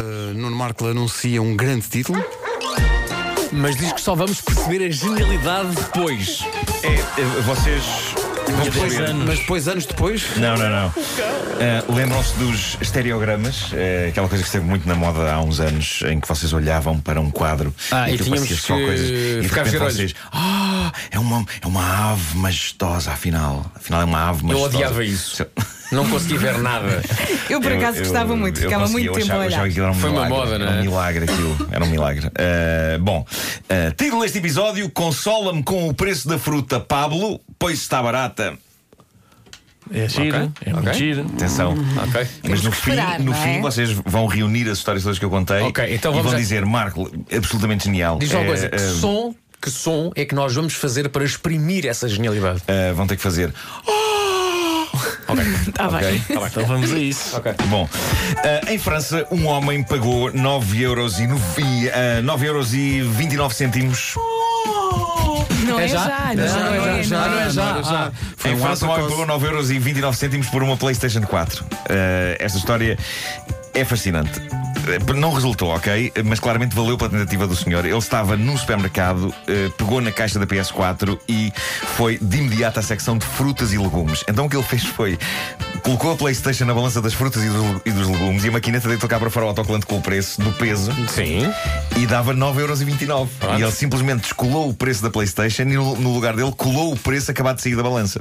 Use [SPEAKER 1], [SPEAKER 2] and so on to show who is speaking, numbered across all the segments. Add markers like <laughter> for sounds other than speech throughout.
[SPEAKER 1] Uh, Nuno Marco anuncia um grande título.
[SPEAKER 2] Mas diz que só vamos perceber a genialidade depois.
[SPEAKER 3] É, eh, vocês. vão perceber.
[SPEAKER 1] mas depois, anos depois,
[SPEAKER 3] Não, não, não. Ah, Lembram-se dos estereogramas, eh, aquela coisa que esteve muito na moda há uns anos, em que vocês olhavam para um quadro
[SPEAKER 2] Ah, e
[SPEAKER 3] aquilo
[SPEAKER 2] tínhamos
[SPEAKER 3] parecia só
[SPEAKER 2] que
[SPEAKER 3] coisas. E de
[SPEAKER 2] ficar
[SPEAKER 3] repente
[SPEAKER 2] vermelhos.
[SPEAKER 3] vocês. Ah, é uma, é uma ave majestosa, afinal. Afinal, é uma ave
[SPEAKER 2] Eu
[SPEAKER 3] majestosa.
[SPEAKER 2] odiava isso. Não consegui ver nada.
[SPEAKER 4] Eu <laughs> por acaso gostava muito, ficava muito tempo
[SPEAKER 3] achava,
[SPEAKER 4] a
[SPEAKER 3] achava
[SPEAKER 4] olhar.
[SPEAKER 3] que aquilo era um
[SPEAKER 2] Foi uma
[SPEAKER 3] milagre,
[SPEAKER 2] moda, não
[SPEAKER 3] Era
[SPEAKER 2] é?
[SPEAKER 3] um milagre aquilo. Era um milagre. Ah, bom, ah, título deste episódio: Consola-me com o preço da fruta, Pablo, pois está barata.
[SPEAKER 5] É giro, é muito
[SPEAKER 2] ok.
[SPEAKER 5] giro.
[SPEAKER 3] Atenção.
[SPEAKER 2] Ok.
[SPEAKER 3] Mas no
[SPEAKER 4] que
[SPEAKER 3] fim,
[SPEAKER 4] esperar,
[SPEAKER 3] no
[SPEAKER 4] não é?
[SPEAKER 3] fim vocês vão reunir as histórias todas que eu contei
[SPEAKER 2] Ok, então
[SPEAKER 3] e
[SPEAKER 2] vamos
[SPEAKER 3] vão
[SPEAKER 2] a-
[SPEAKER 3] dizer, Marco, absolutamente genial.
[SPEAKER 2] Diz uma
[SPEAKER 3] É,
[SPEAKER 2] coisa: que
[SPEAKER 3] é,
[SPEAKER 2] som, que som é que nós vamos fazer para exprimir essa genialidade?
[SPEAKER 3] é, vão ter que fazer. "Oh!"
[SPEAKER 2] <laughs>
[SPEAKER 4] Tá bem.
[SPEAKER 5] Então vamos a isso.
[SPEAKER 3] Bom, eh, em França, um homem pagou 9 euros e, no, e, eh, 9 euros e 29 cêntimos.
[SPEAKER 2] Oh!
[SPEAKER 4] Não é, já, não, é, não é, não é.
[SPEAKER 2] já. já.
[SPEAKER 1] Foi
[SPEAKER 3] em
[SPEAKER 1] um
[SPEAKER 3] França, um homem
[SPEAKER 1] ato
[SPEAKER 3] pagou 9 euros e 29 cêntimos por uma PlayStation 4. Eh, esta história é fascinante. Eh, Não resultou, ok? Mas claramente valeu pela tentativa do senhor. Ele estava num supermercado, eh, pegou na caixa da PS4 e foi de imediato à secção de frutas e legumes. Então o que ele fez foi. Colocou a PlayStation na balança das frutas e dos, e dos legumes e a maquineta deitou cá para fora o autocolante com o preço do peso
[SPEAKER 2] Sim.
[SPEAKER 3] e dava 9,29€. E ele simplesmente descolou o preço da PlayStation e no, no lugar dele colou o preço acabado de sair da balança.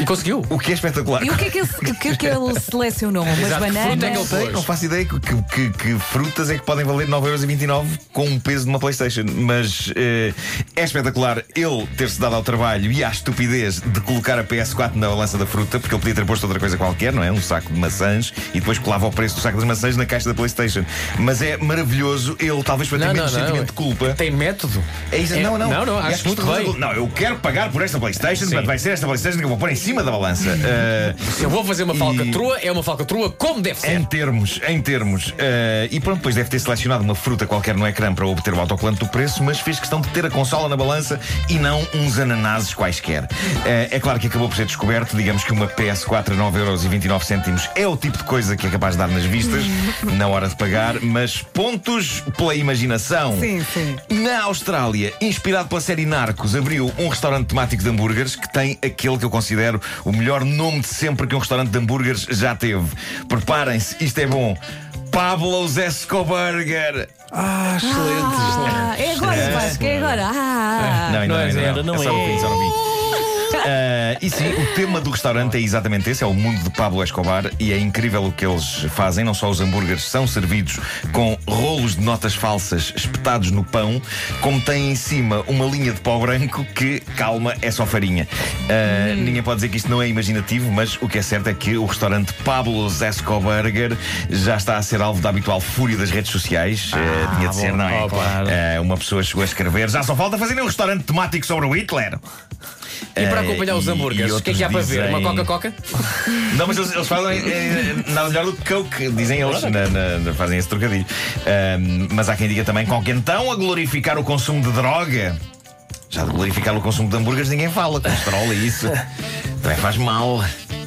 [SPEAKER 2] E conseguiu.
[SPEAKER 3] O que é espetacular.
[SPEAKER 4] E o que é que ele, o que é que ele selecionou? Umas
[SPEAKER 2] Exato, que fruta é que ele
[SPEAKER 4] bananas?
[SPEAKER 2] pôs?
[SPEAKER 3] Não faço ideia que, que- que- que frutas é que podem valer 9,29€ com o peso de uma Playstation Mas eh, é espetacular ele ter-se dado ao trabalho e à estupidez de colocar a PS4 na balança da fruta Porque ele podia ter posto outra coisa qualquer, não é? Um saco de maçãs E depois colava o preço do saco das maçãs na caixa da Playstation Mas é maravilhoso ele, talvez para ter menos sentimento de culpa
[SPEAKER 2] Tem método.
[SPEAKER 3] É isso,
[SPEAKER 2] É-
[SPEAKER 3] não, não.
[SPEAKER 2] Não, não,
[SPEAKER 3] E
[SPEAKER 2] acho
[SPEAKER 3] que as
[SPEAKER 2] muito
[SPEAKER 3] pessoas-
[SPEAKER 2] bem.
[SPEAKER 3] Não, eu quero pagar por esta PlayStation,
[SPEAKER 2] Sim.
[SPEAKER 3] mas vai ser esta PlayStation que eu vou pôr em cima da <laughs> balança. Eh,
[SPEAKER 2] Se eu vou fazer uma
[SPEAKER 3] E-
[SPEAKER 2] falcatrua, é uma falcatrua como deve ser.
[SPEAKER 3] Em termos, em termos. Eh, e pronto, depois deve ter selecionado uma fruta qualquer no ecrã para obter o autocolante do preço, mas fez questão de ter a consola na balança e não uns ananases quaisquer. Eh, é claro que acabou por ser descoberto, digamos que uma PS4 a 9,29€ é o tipo de coisa que é capaz de dar nas vistas na hora de pagar, mas pontos pela imaginação.
[SPEAKER 4] Sim, sim.
[SPEAKER 3] Na Austrália, inspirado pela série Narcos, abriu um restaurante temático de hambúrgueres que tem aquele que eu considero o melhor nome de sempre que um restaurante de hambúrgueres já teve. Preparem-se, isto é bom. Pablo's Escoburger.
[SPEAKER 4] Ah, é agora, Vasco, é agora. Ah,
[SPEAKER 3] Não, ainda não,
[SPEAKER 5] é
[SPEAKER 3] ainda
[SPEAKER 5] zero, não
[SPEAKER 3] Só
[SPEAKER 5] é.
[SPEAKER 3] um pouquinho, só um pouquinho. Ah, e sim, o tema do restaurante é exatamente esse, é o mundo de Pablo Escobar e é incrível o que eles fazem. Não só os hambúrgueres são servidos com rolos de notas falsas espetados no pão, como tem em cima uma linha de pó branco que, calma, é só farinha. Ah,
[SPEAKER 5] Hum.
[SPEAKER 3] Ninguém pode dizer que isto não é imaginativo, mas o que é certo é que o restaurante Pablo's Escobarger já está a ser alvo da habitual fúria das redes sociais. Ah, tinha de ser, não é?
[SPEAKER 5] bom, claro.
[SPEAKER 3] Eh, uma pessoa chegou a escrever: já só falta fazer um restaurante temático sobre o Hitler.
[SPEAKER 2] É, E para
[SPEAKER 3] Eh,
[SPEAKER 2] acompanhar os
[SPEAKER 3] e-
[SPEAKER 2] hambúrgueres,
[SPEAKER 3] e
[SPEAKER 2] o que é que há para
[SPEAKER 3] outros
[SPEAKER 2] ver? Uma
[SPEAKER 3] dizem-
[SPEAKER 2] Coca-Coca?
[SPEAKER 3] Não, mas eles, eles fazem eh, nada melhor do que Coke, dizem eles, na- na- na- fazem esse trocadilho. Ahm, mas há quem diga também com quem estão a glorificar o consumo de droga. Já de glorificar o consumo de hambúrgueres ninguém fala, colesterol e isso. Também faz mal.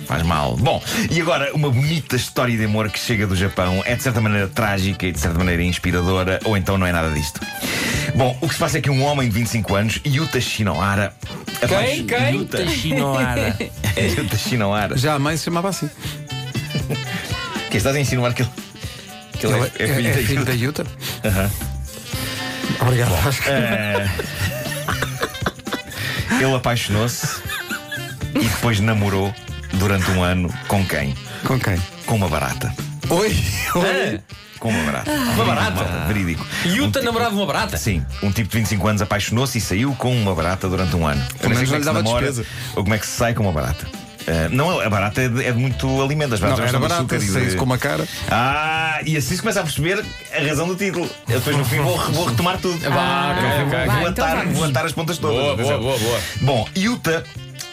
[SPEAKER 3] Faz mal. Bom, e agora uma bonita história de amor que chega do Japão. É de certa maneira trágica e de certa maneira inspiradora, ou então não é nada disto. Bom, o que se passa é que um homem de 25 anos, Yuta Shinohara.
[SPEAKER 2] Quem? Quem?
[SPEAKER 3] Yuta,
[SPEAKER 5] Chinoara.
[SPEAKER 3] <laughs> Yuta Shinohara.
[SPEAKER 1] já a mãe se chamava assim.
[SPEAKER 3] Que estás a insinuar que ele, que ele é, é filho da Hilda.
[SPEAKER 1] Utah. Obrigado. Vasco.
[SPEAKER 3] Ele apaixonou-se e depois namorou durante um ano com quem?
[SPEAKER 1] Com quem?
[SPEAKER 3] Com uma barata.
[SPEAKER 1] Oi?
[SPEAKER 2] Ah.
[SPEAKER 1] Oi?
[SPEAKER 3] Com uma barata. Ah. Uma barata? Verídico.
[SPEAKER 2] Yuta
[SPEAKER 3] Um tipo-
[SPEAKER 2] namorava uma barata?
[SPEAKER 3] Sim, um tipo de 25 anos apaixonou-se e saiu com uma barata durante um ano. Eu não sei como é
[SPEAKER 1] menos não
[SPEAKER 3] que
[SPEAKER 1] lhe
[SPEAKER 3] se
[SPEAKER 1] dava
[SPEAKER 3] namora
[SPEAKER 1] despesa.
[SPEAKER 3] Ou como é que se sai com uma barata? Ah, não, a barata é de, é de muito alimento. As
[SPEAKER 1] Não,
[SPEAKER 3] baratas gostam
[SPEAKER 1] era
[SPEAKER 3] de
[SPEAKER 1] barata,
[SPEAKER 3] açúcar e de-
[SPEAKER 1] saiu-se com uma cara.
[SPEAKER 3] Ah, e assim se começa a perceber a razão do título. Eu depois no fim vou, vou retomar tudo.
[SPEAKER 2] Ah, ok,
[SPEAKER 3] Eu
[SPEAKER 2] ok.
[SPEAKER 3] vou,
[SPEAKER 4] Vai, então
[SPEAKER 3] atar,
[SPEAKER 4] vamos.
[SPEAKER 3] vou atar as pontas todas.
[SPEAKER 2] Boa,
[SPEAKER 3] atenção.
[SPEAKER 2] boa, boa, boa.
[SPEAKER 3] Bom, Utah.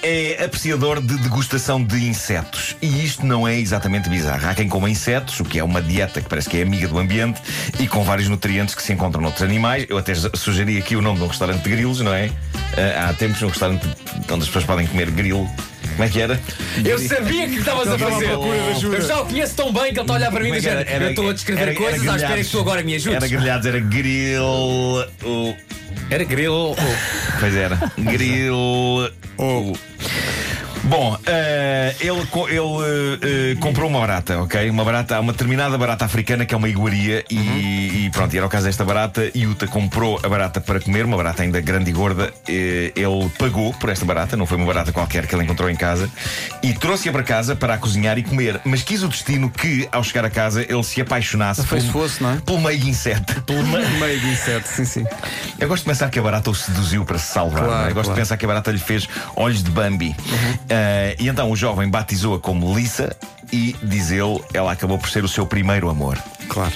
[SPEAKER 3] É apreciador de degustação de insetos. E isto não é exatamente bizarro. Há quem coma insetos, o que é uma dieta que parece que é amiga do ambiente e com vários nutrientes que se encontram noutros animais. Eu até sugeri aqui o nome de um restaurante de grilos, não é? Ah, há tempos um restaurante onde as pessoas podem comer grilo Como é que era?
[SPEAKER 2] Eu sabia que estavas a fazer. Eu já o conheço tão bem que ele está a olhar para mim e
[SPEAKER 3] Como é que
[SPEAKER 2] dizer:
[SPEAKER 3] era? Era-
[SPEAKER 2] Eu estou a descrever
[SPEAKER 3] era- era
[SPEAKER 2] coisas à espera
[SPEAKER 3] grelhados.
[SPEAKER 2] que tu agora me ajudes.
[SPEAKER 3] Era grelhados, era grill. o-
[SPEAKER 2] Era oh, grilo.
[SPEAKER 3] Pois era. Grill.
[SPEAKER 1] Oh.
[SPEAKER 3] o- Bom, eh, ele, co- ele eh, eh, comprou uma barata, ok? Uma barata, uma determinada barata africana que é uma iguaria e,
[SPEAKER 1] Uhum.
[SPEAKER 3] e pronto, era o caso desta barata. Yuta comprou a barata para comer, uma barata ainda grande e gorda. Eh, ele pagou por esta barata, não foi uma barata qualquer que ele encontrou em casa e trouxe-a para casa para a cozinhar e comer. Mas quis o destino que, ao chegar a casa, ele se apaixonasse pelo-
[SPEAKER 1] Afeiçoou-se, não é?
[SPEAKER 3] pelo meio inseto.
[SPEAKER 1] Meio de inseto, sim, sim.
[SPEAKER 3] Eu gosto de pensar que a barata o seduziu para se salvar.
[SPEAKER 1] Claro,
[SPEAKER 3] não é? Eu gosto
[SPEAKER 1] claro. Uhum.
[SPEAKER 3] de pensar que a barata lhe fez olhos de Bambi. Eh, e então o jovem batizou-a como Lisa e, diz ele, ela acabou por ser o seu primeiro amor.
[SPEAKER 1] Claro.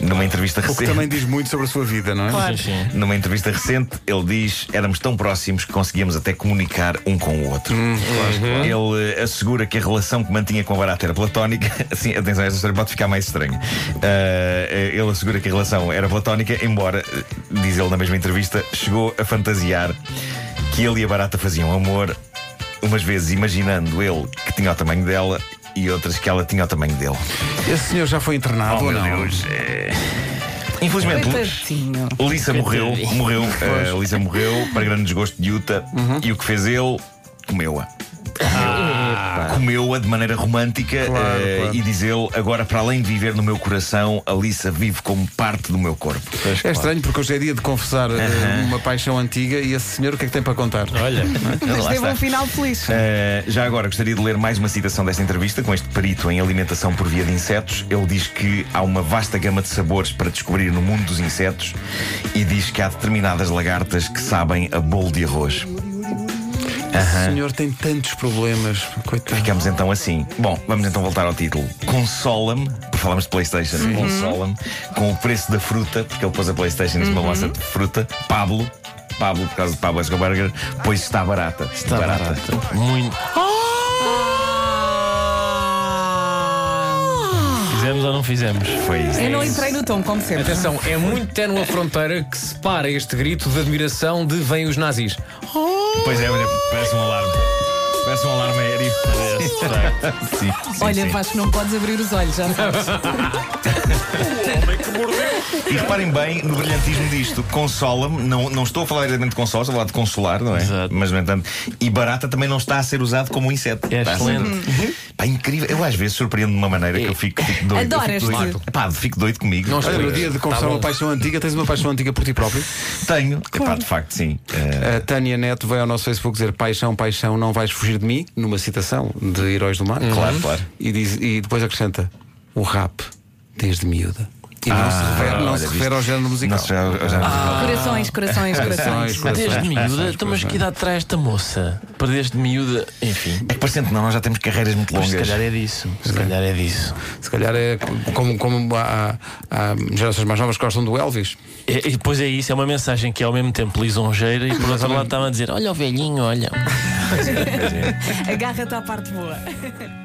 [SPEAKER 3] Numa entrevista
[SPEAKER 1] O que
[SPEAKER 3] recente.
[SPEAKER 1] é também diz muito sobre a sua vida, não é?
[SPEAKER 5] Sim, sim.
[SPEAKER 3] Numa entrevista recente, ele diz: éramos tão próximos que conseguíamos até comunicar um com o outro. Ele eh, assegura que a relação que mantinha com a barata era platónica. <laughs> Assim, atenção, esta história pode ficar mais estranha. Ah, eh, ele assegura que a relação era platónica, embora, eh, diz ele na mesma entrevista, chegou a fantasiar que ele e a barata faziam amor, umas vezes imaginando ele que tinha o tamanho dela e outras que ela tinha o tamanho dele.
[SPEAKER 1] Esse senhor já foi internado
[SPEAKER 3] Oh,
[SPEAKER 1] ou
[SPEAKER 3] meu
[SPEAKER 1] não?
[SPEAKER 3] Deus. eh, Infelizmente,
[SPEAKER 4] Coitadinho.
[SPEAKER 3] Lisa morreu, morreu, eh, Lisa morreu para grande desgosto de Utah e o que fez ele comeu-a. Comeu-a de maneira romântica
[SPEAKER 1] Claro,
[SPEAKER 3] eh,
[SPEAKER 1] claro.
[SPEAKER 3] e diz ele: agora, para além de viver no meu coração, a Lisa vive como parte do meu corpo.
[SPEAKER 1] É estranho porque hoje é dia de confessar eh, uma paixão antiga e esse senhor o que é que tem para contar?
[SPEAKER 5] Olha,
[SPEAKER 4] Mas
[SPEAKER 3] Lá
[SPEAKER 4] teve
[SPEAKER 3] está.
[SPEAKER 4] um final feliz.
[SPEAKER 3] Eh, já agora gostaria de ler mais uma citação desta entrevista com este perito em alimentação por via de insetos. Ele diz que há uma vasta gama de sabores para descobrir no mundo dos insetos e diz que há determinadas lagartas que sabem a bolo de arroz.
[SPEAKER 1] Esse senhor tem tantos problemas, coitado.
[SPEAKER 3] Ficamos então assim. Bom, vamos então voltar ao título. Consola-me, por falarmos de Playstation, consola-me com o preço da fruta, porque ele pôs a Playstation em cima de uma massa de fruta. Pablo, Pablo, por causa de Pablo Escobarger, pois está barata. Está
[SPEAKER 5] muito. Fizemos ou não fizemos?
[SPEAKER 3] Foi isso.
[SPEAKER 4] Eu não entrei no tom, como sempre.
[SPEAKER 2] Atenção, é muito ténue a fronteira que separa este grito de admiração de vêm os nazis.
[SPEAKER 3] Pois é, olha, parece um alarme. Parece um alarme aéreo. <laughs> Sim, sim,
[SPEAKER 4] Olha,
[SPEAKER 3] sim.
[SPEAKER 4] Vasco, não podes abrir os olhos, já sabes.
[SPEAKER 3] E reparem bem no brilhantismo disto. Consola-me, não, não estou a falar diretamente de consola, estou a falar de consolar, não é?
[SPEAKER 5] Exato.
[SPEAKER 3] Mas, no entanto, e barata também não está a ser usado como um inseto.
[SPEAKER 5] É
[SPEAKER 3] Está a ser- Uhum.
[SPEAKER 5] excelente.
[SPEAKER 3] Pá, incrível. Eu às vezes surpreendo de uma maneira que eu fico, fico doido. Eu
[SPEAKER 4] Adoras-te.
[SPEAKER 3] fico doido. Pá, fico doido comigo.
[SPEAKER 2] Não
[SPEAKER 1] Olha,
[SPEAKER 2] Pois,
[SPEAKER 1] no dia de confessar
[SPEAKER 2] tá bom.
[SPEAKER 1] uma paixão antiga, tens uma paixão antiga por ti próprio?
[SPEAKER 3] Tenho. Epá, de facto, sim. Eh,
[SPEAKER 1] A Tânia Neto veio ao nosso Facebook dizer Paixão, paixão, não vais fugir de mim, numa citação de Heróis do Mar.
[SPEAKER 3] Claro, claro.
[SPEAKER 1] E, diz- e depois acrescenta o rap desde miúda. E não se refere, Ah, não
[SPEAKER 3] ah, olha,
[SPEAKER 1] se
[SPEAKER 3] viste.
[SPEAKER 1] refere ao género
[SPEAKER 3] não
[SPEAKER 1] musical.
[SPEAKER 3] sei, eu- eu já
[SPEAKER 5] Ah.
[SPEAKER 3] não sei.
[SPEAKER 4] Corações, corações,
[SPEAKER 1] Corações,
[SPEAKER 4] corações.
[SPEAKER 1] corações.
[SPEAKER 5] Desde miúda, então, mas que idade traz esta moça? Para desde miúda, enfim.
[SPEAKER 3] É que parecendo que não, nós já temos carreiras muito
[SPEAKER 5] Mas se
[SPEAKER 3] longas.
[SPEAKER 5] calhar é disso. Se calhar é disso.
[SPEAKER 1] Se calhar é co- como, como há, há gerações mais novas que gostam do Elvis.
[SPEAKER 5] É, e depois é isso, é uma mensagem que é ao mesmo tempo lisonjeira e por outro lado está-me a dizer: olha o velhinho, olha.
[SPEAKER 4] Agarra-te à parte boa.